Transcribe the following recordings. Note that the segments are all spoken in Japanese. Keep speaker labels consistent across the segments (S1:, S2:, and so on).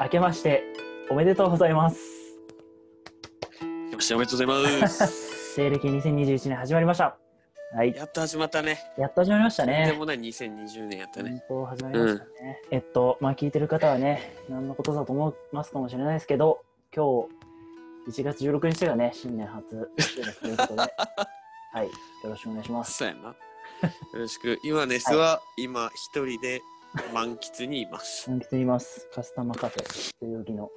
S1: 明けましておめでとうございます
S2: よし、おめでとうござ います。
S1: 西暦2021年始まりましたはい
S2: やっと始まったね。
S1: やっと始まりました
S2: とんで
S1: ね
S2: もない2020年やったね。
S1: 本当始まりましたね、えっとまあ聞いてる方はね何のことだと思いますかもしれないですけど今日1月16日がね新年初収録ということではいよろしくお願いします
S2: そう やな。よろしく。今ですは、今一人で満喫にいます。
S1: 満喫言いますカスタマーカフェ代々木の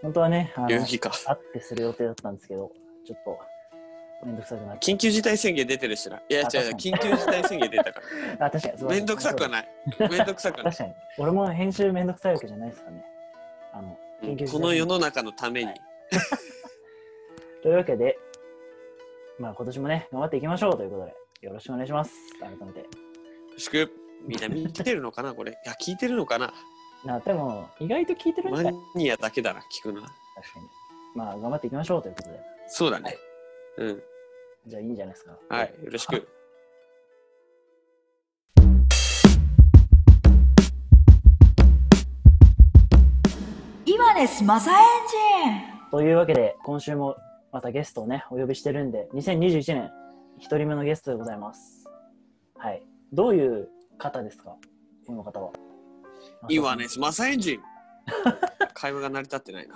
S1: 本当はねあの
S2: 代々木か。
S1: 会ってする予定だったんですけどちょっとめんどくさくなって
S2: 緊急事態宣言出てるしな。いや、違
S1: あ
S2: う違う、
S1: 確
S2: 緊急事態宣 言出たか
S1: あ確かにそ
S2: ら。
S1: うだね
S2: めんどくさくはない。めんどくさくはない
S1: 確。かに。俺も編集めんどくさいわけじゃないですからね。あの、
S2: う
S1: 緊
S2: ん
S1: 急事態
S2: この世の中のために。
S1: というわけで、まあ今年もね、頑張っていきましょうということで、よろしくお願いします。改めて。
S2: よろしく。みんな見てるのかなこれ。いや、聞いてるのかな
S1: なでも、意外と聞いてるんじ
S2: マ
S1: ゃない
S2: ニアだけだな、聞くのは。
S1: 確かに。まあ頑張っていきましょうということで、
S2: そうだ
S1: は
S2: ね
S1: い。
S2: うん。
S1: じゃあいいんじゃないですか。
S2: はい。よろしく。
S3: 今ですマサエンジン
S1: というわけで、今週もまたゲストをね、お呼びしてるんで、2021年、1人目のゲストでございます。はい。どういう方ですかこの方は。
S2: いいわね、マサエ ンジン。会話が成り立ってないな。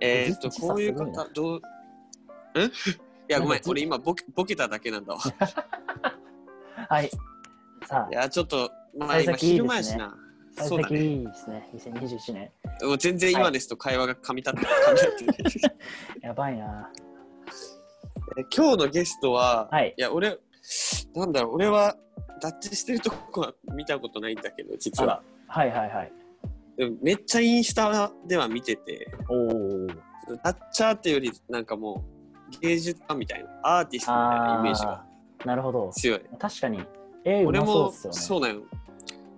S2: えーっと、こういう
S1: 方
S2: 方、どう。んいや、ごめ
S1: なん
S2: ん
S1: か、
S2: 俺今ボケボケただけな んだわ。
S1: はい。さ
S2: いや、ちょっと、まあ
S1: 幸先い
S2: 今
S1: いですね
S2: 昼前やしな。
S1: あ、
S2: そ
S1: 最
S2: うだね。
S1: 先いいですね。2021年。
S2: もう全然今ですと会話が噛み立ってない噛み立ってない
S1: やばいな。
S2: え 今日のゲストは、
S1: はい
S2: や、俺、なんだろう、俺は、脱チしてるとこは見たことないんだけど、実
S1: あ
S2: は
S1: ら。はいはいはい。
S2: でもめっちゃインスタでは見てて、
S1: おお。
S2: ダッチャーっていうより、なんかもう、芸術家みたいな、アーティストみたいな
S1: あ
S2: イメージが
S1: ーなるほど。
S2: 強い。
S1: 確かに。絵う
S2: 俺
S1: まそう
S2: も
S1: ですよね。
S2: そうだよ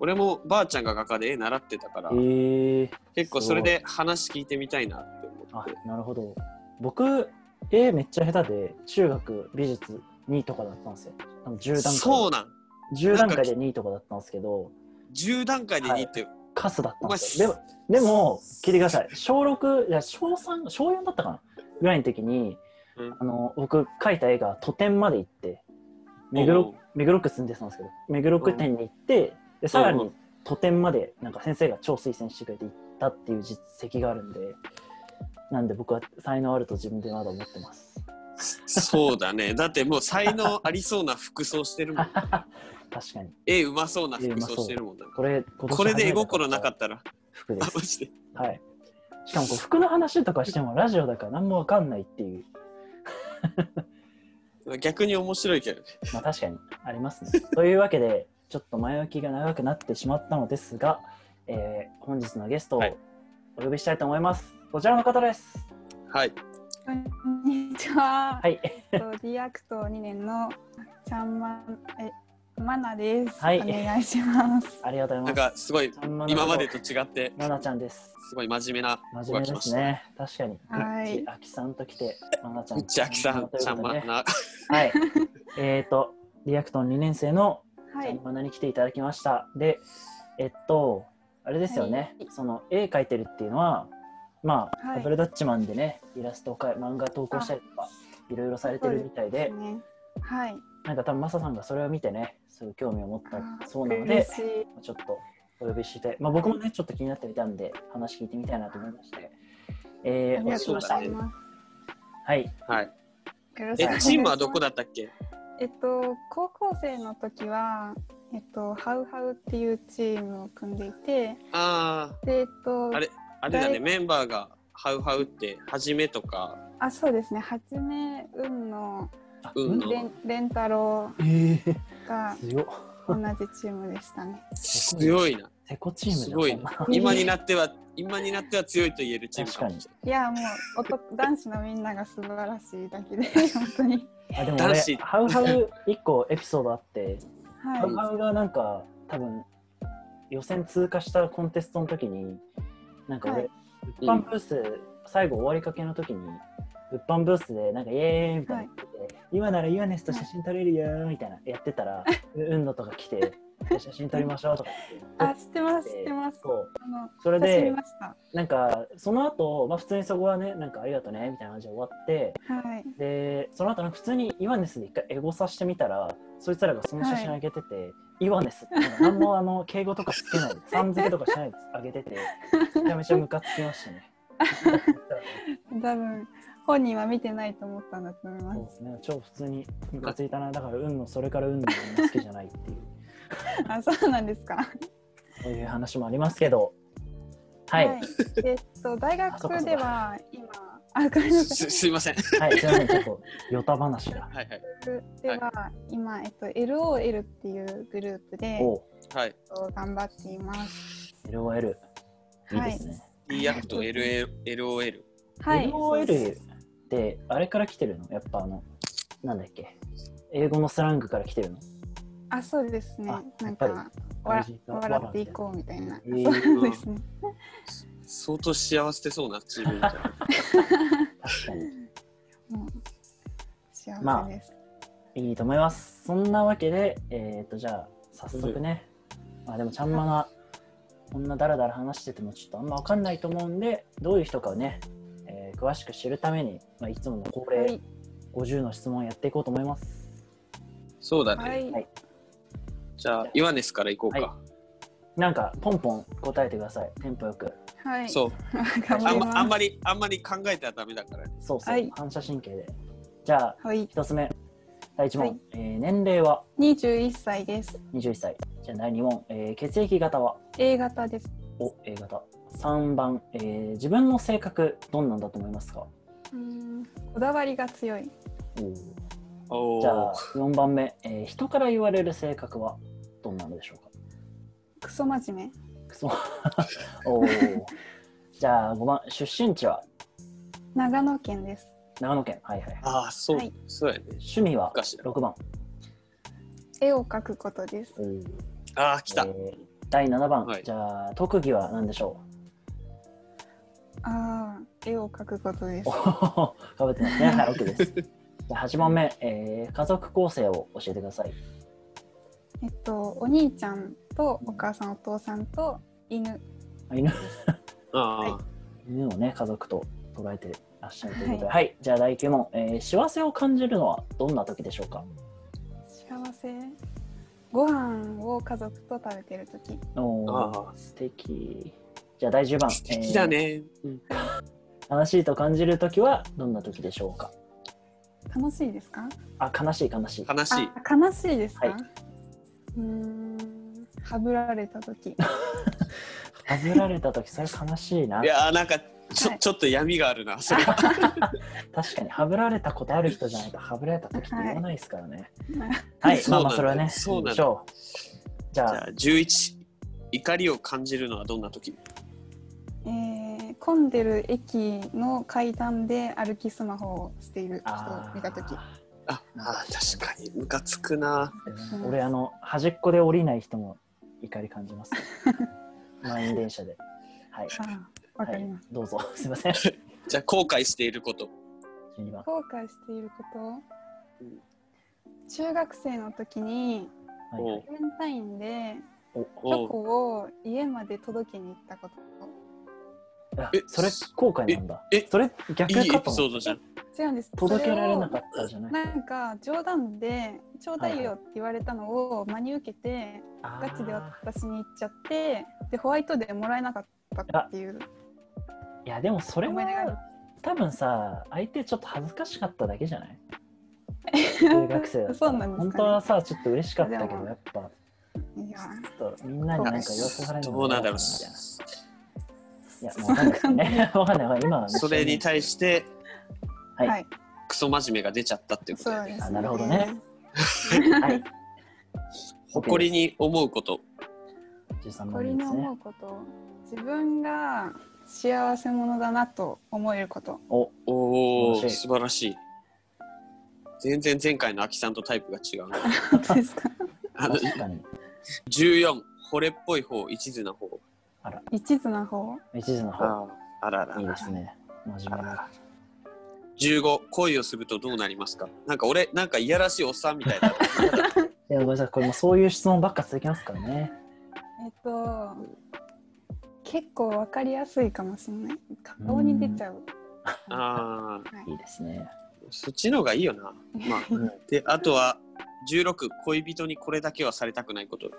S2: 俺もばあちゃんが画家で絵習ってたから、
S1: ええ
S2: 結構それで話聞いてみたいなって思
S1: あ
S2: って、
S1: なるほど。僕、絵めっちゃ下手で、中学美術2とかだったんですよ。あの10段階。
S2: そうなん
S1: 10段階で2とかだったんですけど、
S2: 10段階で
S1: はい
S2: 2って、
S1: カスだったんです
S2: お
S1: よ
S2: 前。
S1: でも、でも、聞いてください。小6、いや小3、小4だったかなぐらいの時に、
S2: うん
S1: あの僕、描いた絵が都店まで行って、目黒目黒区住んでたんですけど、目黒区店に行って、でさら
S2: う
S1: に
S2: ん
S1: 都店までなんか先生が超推薦してくれて行ったっていう実績があるんで、なんで僕は才能あると自分でまだ思ってます。
S2: そうだねだってもう才能ありそうな服装してるも ん
S1: 確かに。
S2: 絵うまそうな
S1: 絵う
S2: 服
S1: まそう
S2: 装してるもんだ
S1: これ、今年
S2: これで絵
S1: 初めて買
S2: 心
S1: った
S2: なかったら
S1: 服で
S2: あマ
S1: す。
S2: ジで
S1: はい。しかもこう服の話とかしてもラジオだから何もわかんないっていう。
S2: 逆に面白いけどね
S1: まあ確かにありますね。 というわけで、ちょっと前置きが長くなってしまったのですが、えー本日のゲストを
S2: はい
S1: お呼びしたいと思います。こちらの方です。
S2: はい
S4: こんにちは。
S1: はい。
S4: えっと、ディアクト2年のちゃんま、え、まなです。
S1: はい
S4: お願いし ます。
S1: ありがとうござ
S2: ないん
S1: ま
S2: かすごい
S1: す。さんまの
S2: 今までと違って
S1: ななちゃんです。
S2: すごい真面目な
S1: 真面
S2: 子が
S1: 目
S2: 来
S1: で
S2: ますした
S1: ね。確かに。
S4: はい
S1: ち。あきさんと来て、まなちゃん。
S2: 千秋さんちゃん
S1: というこ
S2: ま
S1: とで
S2: な
S1: はい。えっと、リアクトン2年生の
S4: は
S1: ちゃ
S4: い
S1: ん。まなに来ていただきました。で、えっと、あれですよね、
S4: はい
S1: その絵描いてるっていうのは、まあ、
S4: はい
S1: ダブルダッチマンでね、イラストを描い漫画投稿したりとか、いろいろされてるみたいで、
S4: ね。はい。
S1: なんか多分マサさんがそれを見てね、すごい興味を持ったそうなの
S4: 嬉
S1: で
S4: し、い
S1: ちょっとお呼びして、まあ、僕もね、ちょっと気になってみたんで、話聞いてみたいなと思いまして、え
S4: あ
S1: ー、お呼
S4: りが
S1: び
S4: と
S1: し
S4: う
S1: ま
S4: ご
S1: し
S4: ざ
S1: た
S4: い。ま
S1: はい、
S2: はい
S4: す。よろしくお願
S2: え
S4: いします
S2: チームはどこだったっけ
S4: えっと、高校生の時は、えっと、ハウハウっていうチームを組んでいて、
S2: ああ
S4: で、えっと、
S2: あれあれだ
S4: だ
S2: ね、
S4: い
S2: メンバーがハウハウって、はじめとか、
S4: あそうですね、はじめ、うんの、
S1: あ
S2: うんの
S4: れん、れんたろ
S1: えー、
S4: うが
S1: 強っ。
S4: 同じチームでしたね。
S2: 強いな。
S1: セコチームだ
S2: すごい
S1: そんな
S2: な。今になっては、今になっては強いと言えるチームかもしれ
S4: いやもう男男子のみんなが素晴らしいだけ で本当に
S1: あでも
S2: 男
S1: 俺
S2: 子
S1: ハウハウ一個エピソードあって、ハウ
S4: は
S1: ハウがなんか多分予選通過したコンテストの時になんか俺、
S4: はい
S1: 物販ブース、最後終わりかけの時に物販ブースでなんかイエー イみたいなのやってて、今ならユアネスと写真撮れるよーみたいなやってたら、うんのとか来て写真撮りましょうとか言って
S4: あ、知ってます、知ってます。
S1: そう
S4: あの、
S1: それ
S4: 私見
S1: で
S4: ました。
S1: なんかその後、まあ普通にそこはねなんかありがとうねみたいな感じで終わって
S4: はい。
S1: でその後なんか普通にイワネスで一回エゴさしてみたらそいつらがその写真あげてて、イワネスってなんか何もあの敬語とかつけないでさん付けとかしないであげててめちゃめちゃムカつきましたね。
S4: 多分本人は見てないと思ったんだと思いま
S1: そう
S4: す
S1: で。すね超普通にムカついたなだから運のそれから運のあんま好きじゃないっていう
S4: あ、そうなんですか。
S1: そういう話もありますけどはいはい、
S4: えっと大
S1: あそっかそ
S4: 学
S1: っか
S4: では今あごめん なさ
S2: す
S4: い。
S2: すいません。は
S1: すいませんちょっとヨタ話が。
S2: いはい。
S4: 大学では今えっと LOL っていうグループで
S1: おう
S2: はい。
S4: えっと頑張っています。
S1: LOL いい
S4: は
S1: で
S4: い
S1: すね。
S2: E 役と LL LOL。
S4: はい。
S1: LOL ってあれから来てるのやっぱあのなんだっけ英語のスラングから来てるの
S4: あ、そうですね
S1: あ。や
S4: な
S1: っ
S4: ん
S1: ぱ
S4: か
S1: り
S4: わ
S1: 大事だ
S4: 笑っていこうみたいな。
S1: えー
S4: そうですね。
S2: 相当幸せそうなチームみたいな。
S1: 確かに
S4: もう幸
S1: ま
S4: せ
S1: あ
S4: です。
S1: いいと思いますそんなわけでえっ、とじゃあ早速ねまあでもちゃんまなこんなダラダラ話しててもちょっとあんま分かんないと思うんでどういう人かをね、えー詳しく知るために、まあ、いつもの恒
S4: は
S1: 例
S4: い。
S1: 50の質問やっていこうと思います
S2: そうだ
S4: は
S2: ね。
S4: い
S1: はい
S2: じゃあ、イワネスから行こうか。
S1: なんかポンポン答えてくださいテンポよく
S4: はい。
S2: そう。
S4: 頑張
S2: あん
S4: り
S2: まあん
S4: ま
S2: まり、あんまり考えたらダメだからね。
S1: そうそう、
S4: はい
S1: 反射神経でじゃあ
S4: す。はい。
S1: 一つ目第1問、
S4: はい
S1: えー年齢は
S4: 二十一歳です。
S1: 21歳じゃあ第2問、えー血液型は
S4: A 型です。
S1: お A 型3番、えー自分の性格どんなんだと思いますか
S4: うーんこだわりが強い。
S2: お
S1: じゃあ
S2: お。
S1: 4番目、えー人から言われる性格はどんなのでしょうか
S4: クソ真面目。
S1: ク ソおーじゃあ5番出身地は
S4: 長野県です。
S1: 長野県はいはいはい
S2: ああ、そう、
S4: はい
S2: そうやね。
S1: 趣味は
S2: 昔だ
S1: 6番
S4: 絵を描くことです。
S1: おー
S2: ああ、来た
S1: え。ー第7番、
S2: はい
S1: じゃあ特技は何でしょ
S4: ああ、絵を描くことで
S1: う
S4: す
S1: お。かぶってますねはい OK ですじゃあ8番目、えー家族構成を教えてください
S4: えっと、お兄ちゃんとお母さん、お父さんと犬。
S1: あ犬
S2: ああ、
S4: は
S1: 犬をね家族と捉えてらっしゃるということで、はい、じゃあ第9問、えー幸せを感じるのはどんな時でしょうか
S4: 幸せ。ご飯を家族と食べてるとき。
S1: おー
S2: あ
S1: 素敵じゃあ第10番
S2: 素敵だ、ね。うん
S1: えー悲しいと感じる時はどんな時でしょうか
S4: 楽しいですか。
S1: あ悲しい悲しい
S2: 悲しい。
S4: あ、悲しいですか。
S1: はいう
S4: ーん、はぶられたとき。
S1: はぶられた時それ悲しいない
S2: やー、なんか、ちょ、
S4: はい
S2: ちょっと闇があるな。それは
S1: 確かにはぶられたことある人じゃないとはぶられた時って言わないですからね
S2: は
S1: はいい、
S2: そう
S1: ま
S2: な
S1: あ
S2: ん
S1: ま
S2: だ
S1: あそれはね
S2: そう
S1: い
S2: な
S1: い
S2: んだ
S1: でしょうじゃ
S2: じゃ
S1: あ
S2: あ、十一。怒りを感じるのはどんな時。
S4: えー、混んでる駅の階段で歩きスマホをしている人を
S1: あー
S4: 見たとき。
S2: ああー、確かに、ムカつくな。
S4: うん
S1: 俺あの端っこで降りない人も怒り感じ ます、満員電車ではい
S4: あー、わかります。
S1: はい、どうぞ すいません
S2: じゃあ、後悔していること。
S1: 12番
S4: 後悔していること、
S2: うん
S4: 中学生の時に
S1: はい
S2: お
S1: は
S2: う
S1: い
S4: バレンタインで
S1: お
S4: チョ
S2: おう。
S4: コを家まで届けに行ったこと
S1: あ
S2: え
S1: それ後悔なんだ
S2: ええ
S1: それ
S2: い
S1: 逆
S2: い
S1: か
S2: エ
S1: と
S2: ピ
S1: 思
S2: ソ
S1: う
S2: ードじゃん。
S4: 違うんです
S1: 届けられな
S4: そ
S1: かったじゃ
S4: を
S1: ない
S4: なんか冗談で「ちょうだいよ」って言われたのを真に受けて
S1: あ
S4: ガチで
S1: ー
S4: 私に行っちゃってでホワイトデーもらえなかったっていう
S1: いやでもそれ
S4: 思い出があり
S1: は
S4: ま
S1: 多分さ相手ちょっと恥ずかしかっただけじゃない 中学生だった
S4: そう
S1: ら
S4: なんですかね
S1: 本当はさちょっと嬉しかったけどやっぱ
S4: すいや
S1: ちょっとみんなになんか言わせられ
S2: どうなん
S1: みた
S2: だろう。
S1: いな。いや、もうわかんないですね。わか んない。まあ今は
S2: それに対して、
S1: はい
S4: はい
S2: クソ真面目が出ちゃったっていうこと
S4: そう
S2: だ
S4: で
S2: ね。
S4: す、ね、
S1: あなるほどね
S2: はい
S1: て。はい。
S2: 誇りに思うこと。
S1: 13番
S4: 誇
S1: 目
S4: り
S1: で
S4: に
S1: すね
S4: 思。うこと自分が幸せ者だなと思えること
S1: お、
S2: おお、
S1: 素晴らしい
S2: 素晴らしい。全然前回のアキさんとタイプが違うな。
S4: 本当ですか
S2: あの
S1: 確かに。
S2: 14、惚れっぽい方、一途な方。
S4: 一途な方
S1: 一途の方。
S2: あああらら
S1: いいですね。真
S2: あ
S1: 面目な。
S2: ら15、恋をするとどうなりますかなんか俺、なんかいやらしいおっさんみたいだな。
S1: いやごめんなさい、これもうそういう質問ばっか続きますからね。
S4: えっと結構わかりやすいかもしれない顔に出ちゃう
S2: ああ、
S1: いいですね。
S2: そっちの方がいいよな。まあ、
S1: うん
S2: で、あとは16、恋人にこれだけはされたくないこと。
S4: こ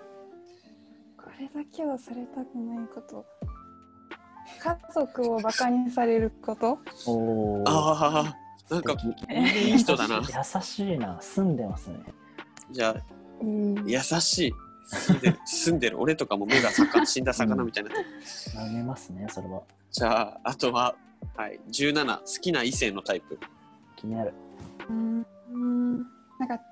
S4: れだけはされたくないこと家族をバカにされること
S1: おお。
S2: ああ、なんか、
S1: 素敵
S2: 人間いい人だな。
S1: 優しいな、住んでますね。
S2: じゃあ、
S4: うん
S2: 優しい。住 んでる、住んでる俺とかも目が魚死んだ魚みたいな。
S1: なめますね、それは。
S2: じゃあ、あとは、はい、17、好きな異性のタイプ。
S1: 気になる。
S4: うんうんなんかち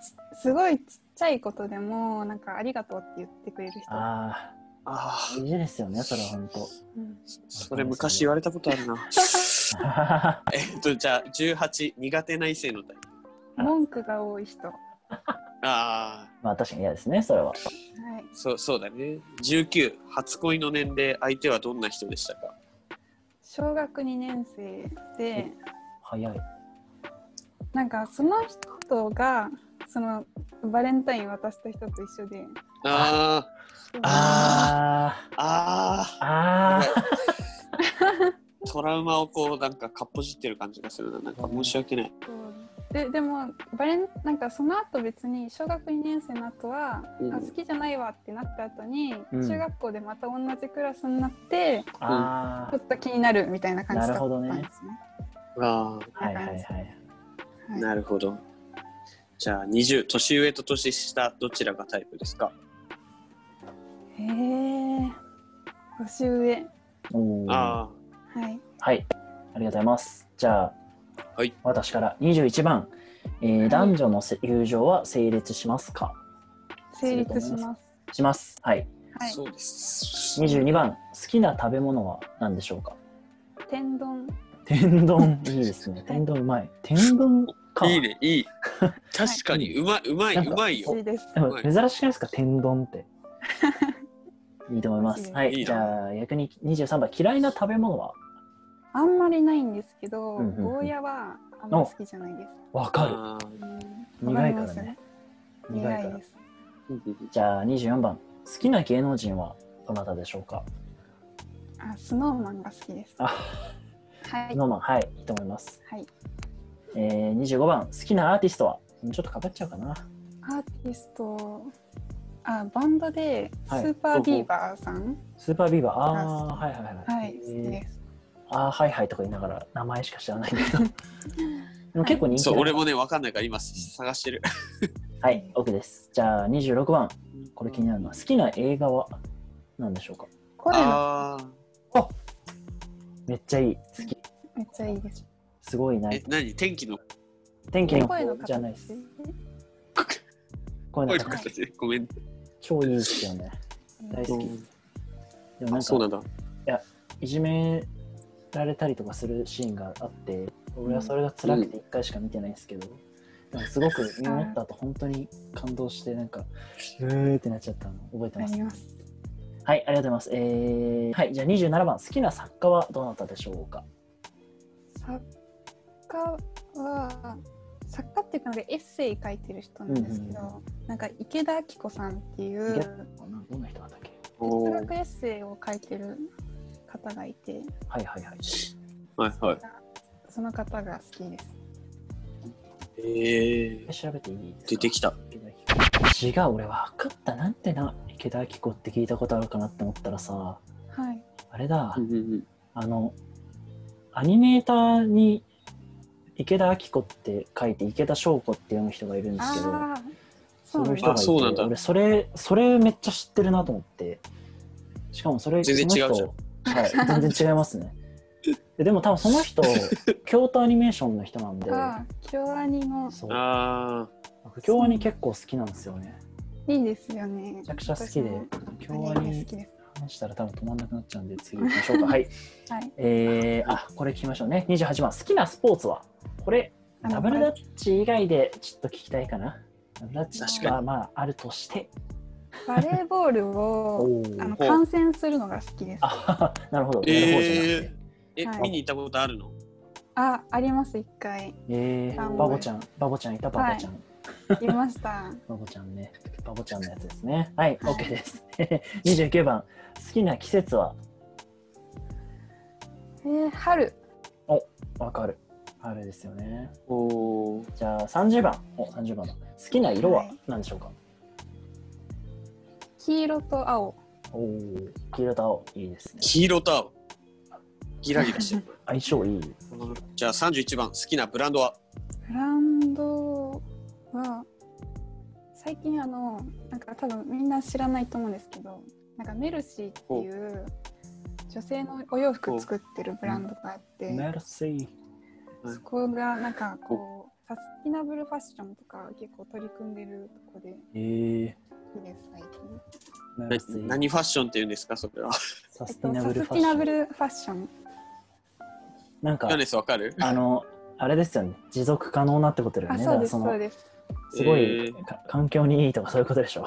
S4: すごいちっちゃいことでもなんかありがとうって言ってくれる人
S1: あ
S2: あ
S1: あ、いいですよね、それは本当。
S4: うん
S2: あ、それ昔言われたことあるな。えっと、じゃあ、18、苦手な異性のタイプ。
S4: 文句が多い人は
S2: ああ、
S1: まあ確かに嫌ですね、それは。
S4: い
S2: そう、そうだね。19、初恋の年齢、相手はどんな人でしたか
S4: 小学2年生で
S1: 早い。
S4: なんかその人がそのバレンタイン渡した人と一緒で
S2: ああ
S1: あ
S2: あ、
S1: あ、
S2: あ
S1: ああ、
S2: あ、 トラウマをこう、なんか、かっぽじってる感じがするな。なんか、申し訳ない。
S4: そうででもバレンなんかその後別に小学2年生の後は、
S2: うん
S4: あ好きじゃないわってなった後に、
S1: うん
S4: 中学校でまた同じクラスになって
S1: あ
S4: ちょっと気になるみたいな感じだったんです
S1: なる
S4: ね
S1: ほ。
S2: あ
S1: あ、はいはいはい。
S2: あ、
S4: はい
S2: なるほど。じゃあ、20、年上と年下、どちらがタイプですか
S4: へえ年上は
S1: おお。はいあ
S2: あ
S4: い。
S1: りがとうございます。じゃあ、
S2: はい
S1: 私から21番、えー
S4: い
S1: 男女のせ友情は成立しますか
S4: 成立します。
S1: します。はい。
S2: あ、
S4: はい。
S2: そうです。
S1: 22番、好きな食べ物は何でしょ うか
S4: 天丼
S1: 天丼、いいですね。天丼うまい。天丼か。
S2: いいね、いい。 確かに、うまい、うまい、
S1: なんか
S2: うまい
S4: 美味
S2: よ。
S4: しいです。
S1: でも珍しくないですか、天丼 って。いいと思います。はい。
S2: いいな
S1: じゃあ、逆に23番、嫌いな食べ物は
S4: あんまりないんですけど、
S1: うんうんうん
S4: ゴーヤはあんまり好きじゃないです。
S1: わかる。
S2: あー
S4: うん
S1: 苦い
S4: わ
S1: か
S4: りま
S1: ら
S4: す
S1: ね。苦いか
S4: 苦い
S1: ら
S4: で。す。
S1: じゃあ、24番、好きな芸能人はどなたでしょうか
S4: あ、スノーマンが好きです。
S1: あ
S4: はい。
S1: ノーマン、はい、いいと思います。
S4: はい。
S1: えー、25番、好きなアーティストはちょっとかぶっちゃうかな。
S4: アーティスト。あ、バンドで、ス
S1: はい
S4: ーパービーバーさん。
S1: スーパービーバー、
S4: あ
S1: あー、はいはいはい。
S4: はい、好き
S1: えー
S4: です。
S1: あー、はいはいとか言いながら名前しか知らないんだけ ど。でも結構人気
S2: そう、
S1: だ
S2: 俺もね、わかんないから、今、探してる。
S1: はい、OK です。じゃあ、26番、これ気になるのは、好きな映画は何でしょうか
S4: 声が
S2: ああ、
S1: めっちゃいい。好き。
S4: めっちゃいいです。
S1: すごいな。
S2: え、何天気の
S1: 天気の
S4: 声の
S1: 子
S4: 形
S1: じゃないです。声の
S2: 声の
S1: 形
S2: 形ごめん。
S1: 超いいですよね。大好き。でもなん
S2: そう
S1: か、
S2: なんだ。
S1: いじめられたりとかするシーンがあって、俺はそれが辛くて1回しか見てないんですけど、なんかすごく見終わった後、本当に感動して、なんか、うーってなっちゃったの覚えて
S4: あ
S1: ます
S4: り。ます。
S1: はい、ありがとうございます。えー、はい、じゃあ27番、好きな作家はどなたでしょうか
S4: 作家は。作家っていうか、なんかエッセイ書いてる人なんですけど。
S1: うんう
S4: なんか池田明子さんってい
S1: 池
S4: う。
S1: どんな人だったっけ
S2: お
S4: 哲
S2: ー
S4: 学エッセイを書いてる。方がいて。
S1: はいはいはい。
S2: はいはい。
S4: その方が好きです。
S2: ええー、
S1: 調べていいですか
S2: 出てきた。
S1: 池田明子違う、俺分かった。なんてな、池田明子って聞いたことあるかなって思ったらさ、
S4: はい。
S1: あれだ、
S2: うんうん
S1: あの、アニメーターに池田明子って書いて、池田翔子って読む人がいるんですけど、
S4: ああ。
S1: そ
S4: そうな
S1: の
S4: ん
S1: 人
S4: だ
S1: がいて、
S2: あそうなんだ
S1: 俺それ、それめっちゃ知ってるなと思って、しかもそれ、
S2: 全然違う
S1: その人はい、全然違いますね。ででも多分その 人、京都アニメーションの人なんで、
S4: ああ、京アニも
S1: そう
S2: うん。あ
S1: 僕京アニ結構好きなんですよね。
S4: いいですよね。め
S1: めちゃくちゃ好きで、京
S4: 京
S1: ア
S4: ア
S1: ニ
S4: ニ好きです。
S1: 話したら多分止まんなくなっちゃうんで、次行きましょうか。はい。
S4: はい。
S1: えー、あ、これ聞きましょうね。28番、好きなスポーツはこれ、
S4: あの
S1: ダブルダッチ以外でちょっと聞きたいかな。ダブルダッ
S2: 確
S1: チ
S2: か
S1: はまああるとして。
S4: バレーボール を
S1: おー
S4: あの観戦するのが好きです。あ、
S1: あ、なるほど。
S2: え
S1: やる
S2: ー
S1: 方じゃなくて。
S2: ーえ、
S4: はい
S2: 見に行ったことあるの
S4: あります一回。
S1: えー、
S4: あの
S1: バボちゃん、バボちゃんいたバボちゃん。
S4: いました。
S1: バボちゃんね。バボちゃんのやつですね。はい、OK です。29番、好きな季節は
S4: えー、春。
S1: わかる。あれですよね。
S2: おー
S1: じゃあ30番、お30番だ。好きな色は何でしょうか、
S4: 黄色と青。
S1: おお、黄色と青、いいですね。
S2: 黄色と青。ギラギラして る。
S1: 相性いい。
S2: じゃあ31番、好きなブランドは
S4: ブランドは最近あのなんか多分みんな知らないと思うんですけどなんかメルシーっていう女性のお洋服作ってるブランドがあって
S1: メルシー。
S4: そこがなんかこうサスティナブルファッションとか結構取り組んでるとこで
S1: えー、
S4: 好きです最近
S1: メ
S2: な
S1: ルシー。
S2: 何ファッションっていうんですか、それは。
S1: サ
S4: えっ
S1: ステ
S4: と
S1: ィナブル
S4: サ
S1: ファ
S4: ステ
S1: ッ
S4: ィ
S1: シ
S4: ナブ
S1: ョン。
S4: ルファッション
S1: なんか
S2: ヨ、ネスわかる
S1: あの、あれですよね。持続可能なってことだよ
S4: あ
S1: ね。
S4: そうです
S1: だか
S4: そう
S1: ら
S4: です
S1: そのすごい、
S2: えー
S1: か環境にいいとかそういうことでしょ。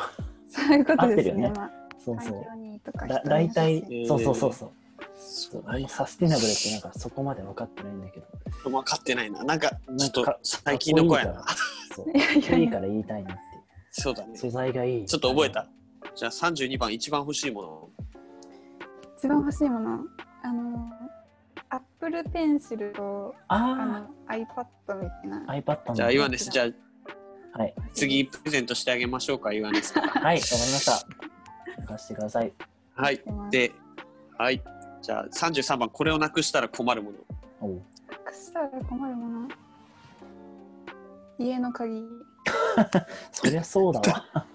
S4: そういうことですね
S1: 合ってるよね
S4: まあ
S1: そう
S4: 環
S1: そう。
S4: 境にいいとか
S1: だ
S4: 人に
S1: 大
S4: 優しい
S1: 体、
S2: えー
S1: そうそうそうそう。
S2: そう
S1: あのサスティナブルってなんかそこまで分かってないんだけど。
S2: 分かってないな。なんか、ちょっ
S1: なんか
S2: と最近の子や
S1: か
S2: な。
S1: っこいい
S4: い
S1: から。そう。
S4: やいや
S1: い
S4: い
S1: い
S4: や
S1: から言いたいなっていう。
S2: そう だね。ち
S1: 素
S2: ょ
S1: 材がいい。
S2: っと覚えた。。じゃあ32番、一番欲しいもの。
S4: 一番欲しいものあのアップルペンシルとあ
S1: あ
S4: の iPad みたいな
S1: あ、iPad の。
S2: じゃあ、イワネス、じゃあ
S1: はい。
S2: 次プレゼントしてあげましょうか、イワネスから。
S1: はい、わかりました。任せてください。
S2: はい。で、はい。じゃあ33番、これをなくしたら困るもの。
S1: おう
S4: なくしたら困るもの家の鍵
S1: そりゃそうだ わ。まあ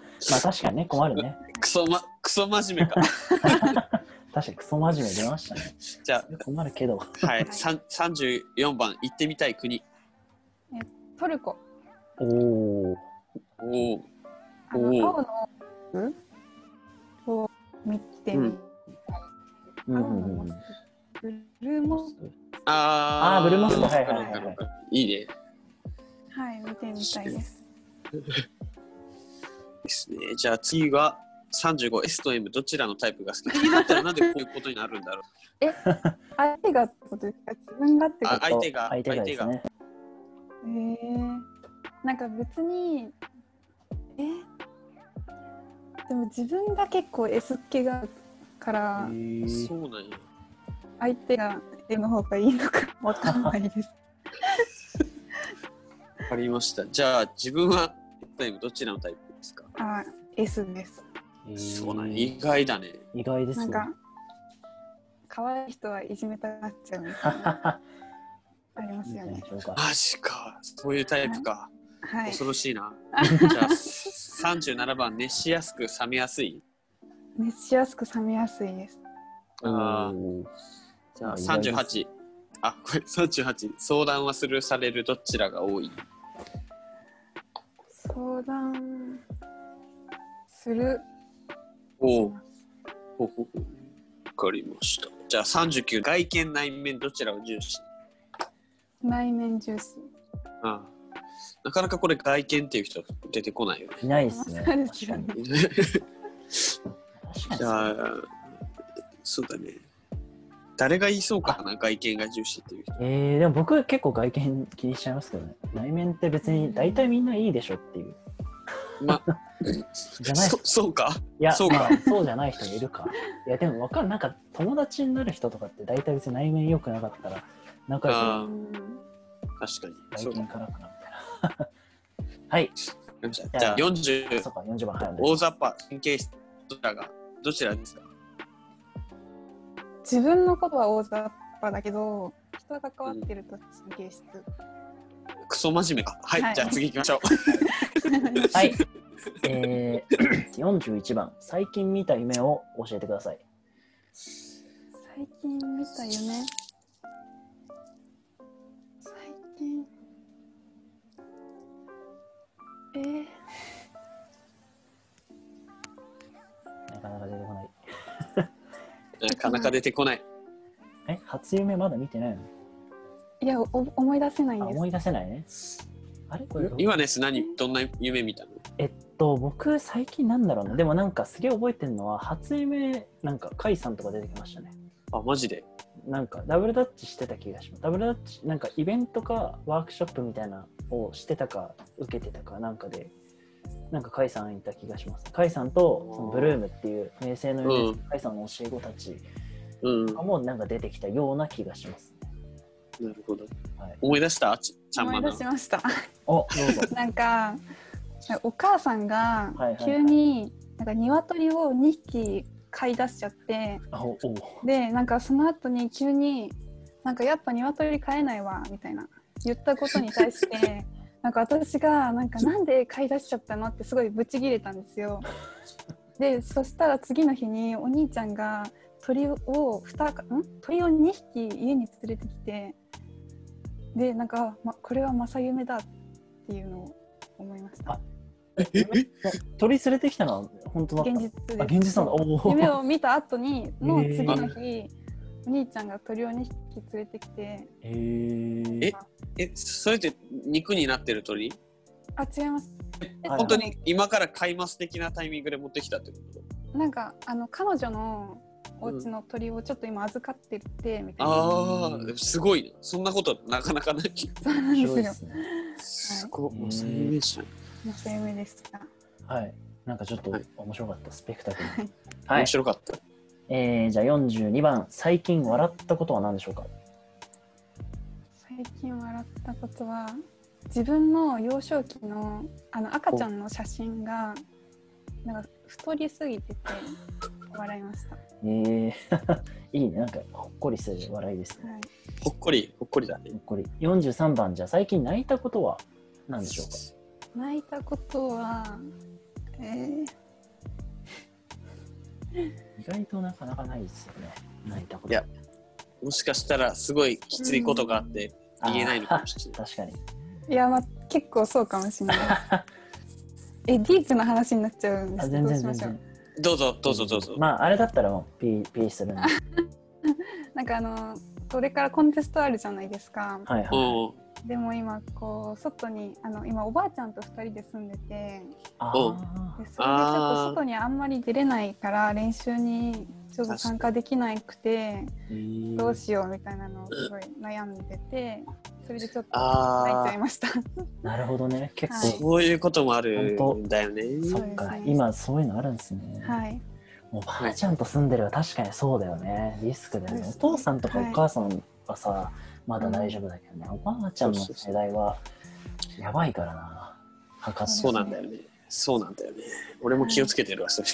S1: 確かにね、困るね。
S2: クソま、クソ真面目か。
S1: 確かにクソ真面目出ましたね。
S2: じゃ
S1: 困るけど。
S2: あ、はい。さん34番、行ってみたい国。
S4: トルコ
S1: おお。
S2: おお。
S4: あの
S2: おー
S4: 青のを見てみ、
S1: うんうんうん。
S4: ブルーモス
S1: あ
S2: あー
S1: ーブルモスコはい
S4: はいはい
S1: はい
S2: わかるわかるいいね。
S4: はい見てみたいです
S2: ですね。じゃあ次が 35S と M どちらのタイプが好き気になったらなんでこういうことになるんだろう。
S4: 相手がってことですか自分がってこと
S2: あ相手が
S1: 相手がですね。
S4: えー、なんか別にえでも自分が結構 S っ気があるか ら
S2: そうなんや。
S4: 相手が M の方がいいのか わかんないです
S2: わかりました。じゃあ自分は S と M どちらのタイプですか。
S4: あ S です
S1: えー
S2: そうなんや。意外だね。
S1: 意外です
S4: な
S1: ね
S4: ん。か可愛い人はいじめたがっちゃうみたいなありま
S1: いい
S4: す
S1: んじ
S4: よ
S1: ゃない
S4: ね
S1: でしょうか。
S2: マジか。そういうタイプか。
S4: はい
S2: 恐ろしいな。じゃあ37番熱しやすく冷めやすい。
S4: 熱しやすく冷めやすいです
S2: あー
S1: おー
S2: じゃあ
S1: 意外です
S2: 38。あこれ38相談はするされるどちらが多い
S4: 相談する
S2: おお。ほほほ。わかりました。じゃあ39、外見、内面、どちらを重視
S4: 内面重視
S2: ああなかなかこれ外見っていう人出てこないよね。
S1: いないですね。
S4: そ
S1: 確
S4: うで
S1: か
S4: すよ
S1: に
S4: ね。
S1: 確
S2: じ
S1: か
S2: ゃあ、そうだね。誰が言いそうかな、外見が重視っていう人。
S1: に。えー、でも僕結構外見気にしちゃいますけどね。内面って別に大体みんないいでしょっていう。
S2: ま、
S1: じゃない
S2: そそうか
S1: いや、
S2: そうか
S1: まあそうじゃない人もいるか。いや、でもわかる。なんか友達になる人とかって大体別に内面良くなかったら仲良くなる
S2: あ
S4: うん
S2: 確かに。
S1: 外
S2: そうだ
S1: 見から かなみたいな。はい、
S2: じゃあ40
S1: そ、うか、40番、はい、
S2: 大雑把、神経質、どちらが、どちらですか
S4: 自分のことは大雑把だけど人が関わってると神経質、
S2: クソ真面目か。はい、
S4: はい
S2: じゃあ次行き ましょう。
S1: はい、えー、41番、最近見た夢を教えてください。
S4: 最近見た夢最近えー、
S1: なかなか出てこない。
S2: なかなか出てこない。
S1: え、初夢まだ見てないの
S4: いやお思い出せない
S1: あ、
S4: んです
S1: 思い出せないね。あれこれどう
S2: 今です、何、どんな夢見たの
S1: えっと、僕、最近なんだろうな。でもなんかすげえ覚えてるのは、初夢、なんか、甲斐さんとか出てきましたね。
S2: あ、マジで。
S1: なんかダブルダッチしてた気がしますダブルダッチなんかイベントかワークショップみたいなのをしてたか受けてたかなんかでなんか甲斐さんいた気がします甲斐さんとそのブルームっていう名声のよう
S2: うん
S1: な甲斐さんの教え子たち
S2: うん。
S1: が
S2: な
S1: もうなんか出てきたような気がしますね、
S2: るほど。
S1: はい、
S2: 思い出したちちゃん
S4: 思
S2: ま
S4: い
S2: な
S4: 出し。ました
S1: あどうぞ
S4: なんかお母さんが
S1: はいはいはい
S4: 急になんか鶏を2匹飼い出しちゃって
S1: あおお
S4: でなんかその後に急になんかやっぱ鶏飼えないわみたいな言ったことに対して なんか私がなんかなんで飼い出しちゃったのってすごいブチギレたんですよ。でそしたら次の日にお兄ちゃんが鳥を二かん鳥を2匹家に連れてきてでなんか、ま、これは正夢だっていうのを思いました
S1: あ。鳥連れてきたのは本当だった
S4: 現
S1: の
S4: 実です。
S1: あ現実なんだおお
S4: 夢を見た後にの
S1: へー
S4: 次の日、お兄ちゃんが鳥を2匹連れてきて
S1: へー
S2: ええ、それって肉になってる鳥
S4: あ違います
S1: はい
S2: 本当に今から買います的なタイミングで持ってきたってこと
S4: なんかあの彼女のお家の鳥をちょっと今預かっててみたいな、
S2: ああ、すごいな。そんなことなかなかない。
S4: そうなん
S1: 面白いです
S4: でよ
S1: すね
S2: すご
S1: う
S2: い。
S1: ん
S2: もうそういうイメージだ
S4: 正夢でした
S1: はいなんかちょっと
S2: はい
S1: 面白かったスペクタクル
S4: はい
S1: はい
S2: 面白かった。
S1: えー、じゃあ42番最近笑ったことは何でしょうか
S4: 最近笑ったことは自分の幼少期のあの赤ちゃんの写真がなんか太りすぎてて笑いました、は
S1: えー、 いいねなんかほっこりする笑いですね
S4: い、
S2: ほっこり、ほっこりだね
S1: ほ。っこり43番じゃあ最近泣いたことは何でしょうか
S4: 泣いたことはえー、
S1: 意外となかなかないですよね泣いたこと
S2: いやもしかしたらすごいきついことがあって
S1: あー
S2: 言えないのかもしれない。
S1: 確かに
S4: いや、まあ、結構そうかもしれないです。え、ディープな話になっちゃうんで
S1: あ
S4: す
S1: 全
S4: けど、どう
S1: 然
S4: し
S1: 全
S4: ましょ
S1: 然
S4: う。
S2: どうぞどうぞどうぞ。
S1: まああれだったらもうピーピーする んではい
S4: なんか、あの、これからコンテストあるじゃないですか。
S1: はい、
S2: うん。
S4: でも、今、こう、外に、あの、今、おばあちゃんと二人で住んでて。で、
S1: あ
S2: おう
S4: それで、ちょっと
S2: あー
S4: 外にあんまり出れないから、練習に。ちょっと参加できなくて、
S1: ー
S4: どうしようみたいなのをすごい悩んでて。それで、ちょっと。泣い
S2: あ
S4: ちゃい
S2: あ、
S4: ました。
S1: なるほどね結構、
S4: はい
S2: そういうこともあるんだよね。
S1: そ
S4: 本
S1: っか
S4: そうですね
S1: 今そういうのあるんですね、
S4: はい。
S1: おばあちゃんと住んでるは確かにそうだよねリスクだよね
S4: そう
S1: お
S4: です
S1: 父さんとかお
S4: はい
S1: 母さんはさ、まだ大丈夫だけどねおばあちゃんの世代はやばいからな測って
S2: そうなんだよね。そうなんだよね。俺も気をつけてるわ、それ。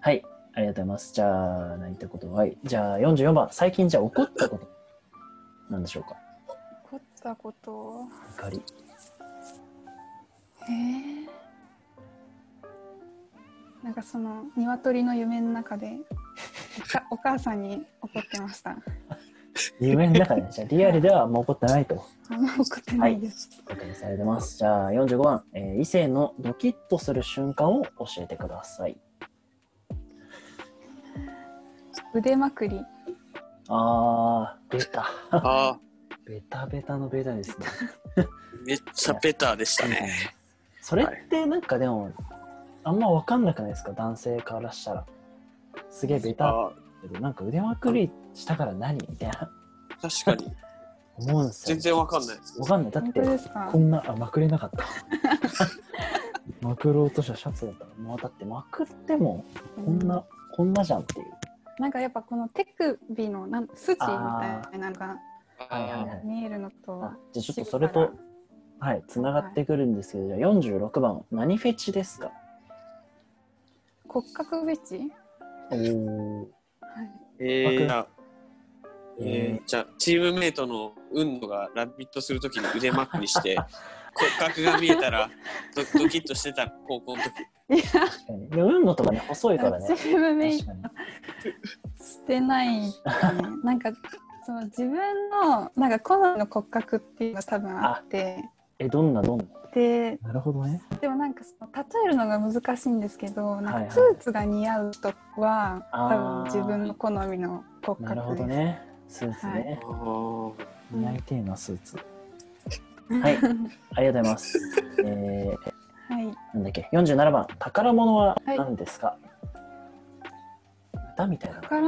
S1: はいありがとうございますじゃあ泣いたことはいじゃあ44番最近じゃあ怒ったことなんでしょうか
S4: 怒ったこと。
S1: 怒 り
S4: えーなんかその鶏の夢の中でおかお母さんに怒ってました。
S1: 夢の中でじゃあリアルではもう怒ってないと
S4: あんま怒ってないです。
S1: 確認されてますじゃあ45番、えー異性のドキッとする瞬間を教えてください
S4: 腕まくり。
S1: あーベタ
S2: ああ、
S1: ベタベタのベタですね
S2: めっちゃベターでしたね。
S1: それってなんかでも、あんま分かんなくないですか男性からしたらすげえベタ
S2: あ
S1: だけどなんか腕まくりしたから何みたいな
S2: あ、確かに。
S1: 思うんですよ
S2: 全然わかんない。
S1: 分かんないだ
S4: 本
S1: っ
S4: 当で
S1: て
S4: すか
S1: こ。んなあまくれなかったまくろうとした シャツだったらもうだってまくってもこんな、
S4: うん
S1: こんなじゃんっていう
S4: なんかやっぱこの手首のなん筋み
S1: あ
S4: たいなのが
S1: はいはいは
S2: あ
S1: い
S4: 見えるのと
S1: あ。じゃあちょっとそれとはいつながってくるんですけど、じゃあ46番何フェチですか
S4: 骨格ベチ。
S1: おお
S4: は
S2: ー
S4: い。
S2: えー、じゃあ
S1: え
S2: えーじゃあチームメイトの運動がラビットするときに腕まくりして骨格が見えたらドドキッとしてた高校の時
S4: いや、
S1: 確かにでも運動とかね細いからね
S4: チームメイ
S1: 確
S4: ト
S1: かに
S4: してないかね。なんか。その自分のなんか好みの骨格っていうのが多分あって
S1: えどんなどんな
S4: で
S1: なるほどね
S4: でもなんかその例えるのが難しいんですけど、
S1: は
S4: ないん
S1: はい
S4: かスーツが似合う人は、
S1: あー
S4: 多分自分の好みの骨
S1: なる
S4: 格
S1: ほ
S4: で
S1: ど
S4: す。
S1: ね。スーツね。
S2: あ
S4: い
S1: 似合いてえな、スーツ。はい、ありがとうございます。えー、
S4: はい。
S1: なんだっけ、47番、宝物は
S4: は い
S1: 何ですか、歌みたいなの。
S4: 宝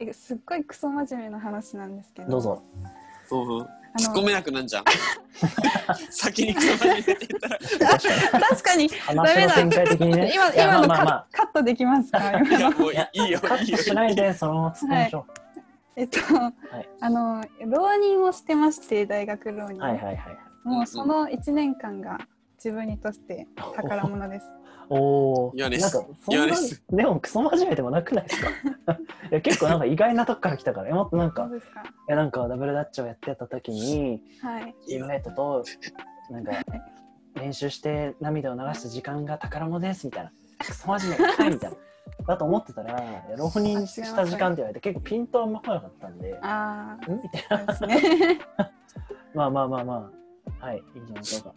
S4: えすっごいクソ真面目な話なんですけど
S1: どうぞ。
S2: うんうん
S4: あ
S2: 突っ込
S4: の
S2: めなくなんじゃ ん先にクソ真面目って言ったら
S4: 確 かに
S1: 話の展開的にね。
S4: 今
S1: いや
S4: 今の
S1: まあまあま
S4: カ
S1: あ
S4: カットで きますか今
S2: いや
S4: の
S2: もうい
S1: や
S2: いよ
S1: カ
S2: いい
S1: ッ
S2: よ
S1: トしないで、そのまま突っ込みましょ
S4: えっと、
S1: い
S4: あの浪人をしてまして大学浪
S1: う。
S4: 人、
S1: はいはいはい。
S4: もうその1年間が自分にとって宝物 です
S1: おお。
S2: 嫌です
S1: なんかそんな
S2: 嫌で
S1: ですもクソ真面目でもなくないですかいや結構なんか意外なとこから来たからえもっとなん
S4: そ
S1: か
S4: うですか
S1: いやなんかダブルダッチをやってた時に
S4: はい
S1: チームメイトとなんか練習して涙を流した時間が宝物ですみたいなクソ真面目かいみたいなだと思ってたらいや浪人した時間って言われて結構ピントあんま来なかったんで
S4: あ
S1: んみたい
S4: あ
S1: な
S4: そうですね
S1: まあまあまあまあはいいいんじゃないでしょうか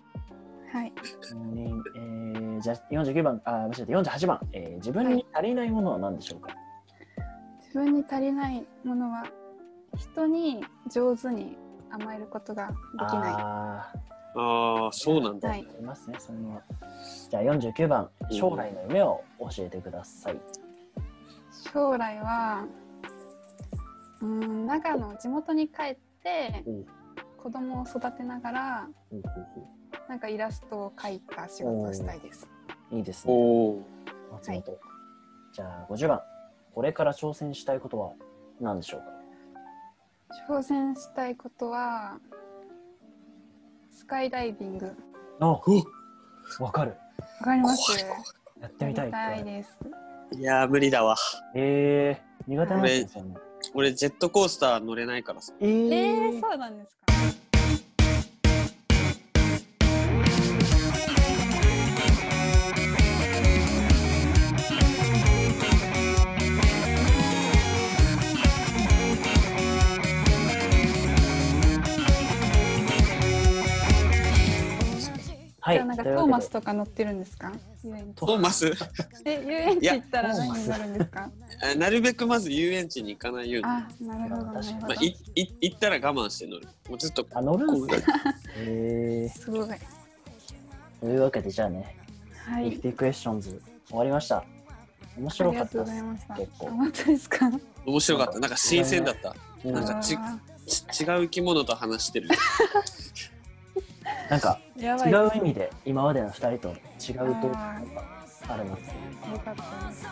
S4: はい
S1: 浪人えー、じゃあ49番あ間違えた48番、えー自分に足りないものは何でしょうか、
S4: 自分に足りないものは人に上手に甘えることができな
S1: あー
S2: ああそうなんだ、
S4: はい
S1: ありますね、それは。じゃあ49番、将来の夢を教えてください。
S4: い将来はうん長野地元に帰って
S1: うん
S4: 子供を育てながらなんかイラストを描いた仕事をしたいです
S1: いいですね、
S2: おお
S1: 松本。じゃあ50番、これから挑戦したいことは何でしょうか
S4: 挑戦したいことはスカイダイビング
S1: あわかる。
S4: わかります
S2: 怖い怖
S1: やってみたい。
S4: やりたいです
S2: いやー無理だわ
S1: えー、苦手なんですよね。
S2: 俺ジェットコースター乗れないからさ
S1: えー
S4: えー、そうなんですか
S1: は
S4: じゃあなん
S1: い、
S4: か
S1: と
S4: ト
S1: いう
S4: ー
S1: わ
S4: マ
S1: け
S4: スとか乗ってるんですか遊園地
S1: ト
S2: トーマ ス
S4: え遊園地行ったら
S1: いや
S4: 何になるんですか
S2: あなるべくまず遊園地に行かないように
S4: あなるほど
S1: まあ
S4: なる
S1: 確
S4: ほ
S1: か
S2: まあ
S4: ど、
S2: いい行ったら我慢して乗るもうずっと
S1: で、あ、乗るんす
S2: こう
S1: ねえ
S4: すごい
S1: ー、というわけで、じゃあね、
S4: は
S1: リフ
S4: い
S1: ティクエスチョンズ終わりました。面
S4: あ
S1: 白
S4: り
S1: か
S4: が
S1: っ
S4: とう
S1: た
S4: ご
S1: で
S4: ざい
S1: す。
S4: ました
S1: 結
S4: あ
S1: 構。
S4: 本当ですか
S2: 面白かったなんか新鮮だ った
S1: うん
S2: なんかちち違う生き物と話してる
S1: なんか
S4: やばい
S1: 違う意味で今までの2人と違うと
S4: あ
S1: あれなんですね。
S4: ーよかったです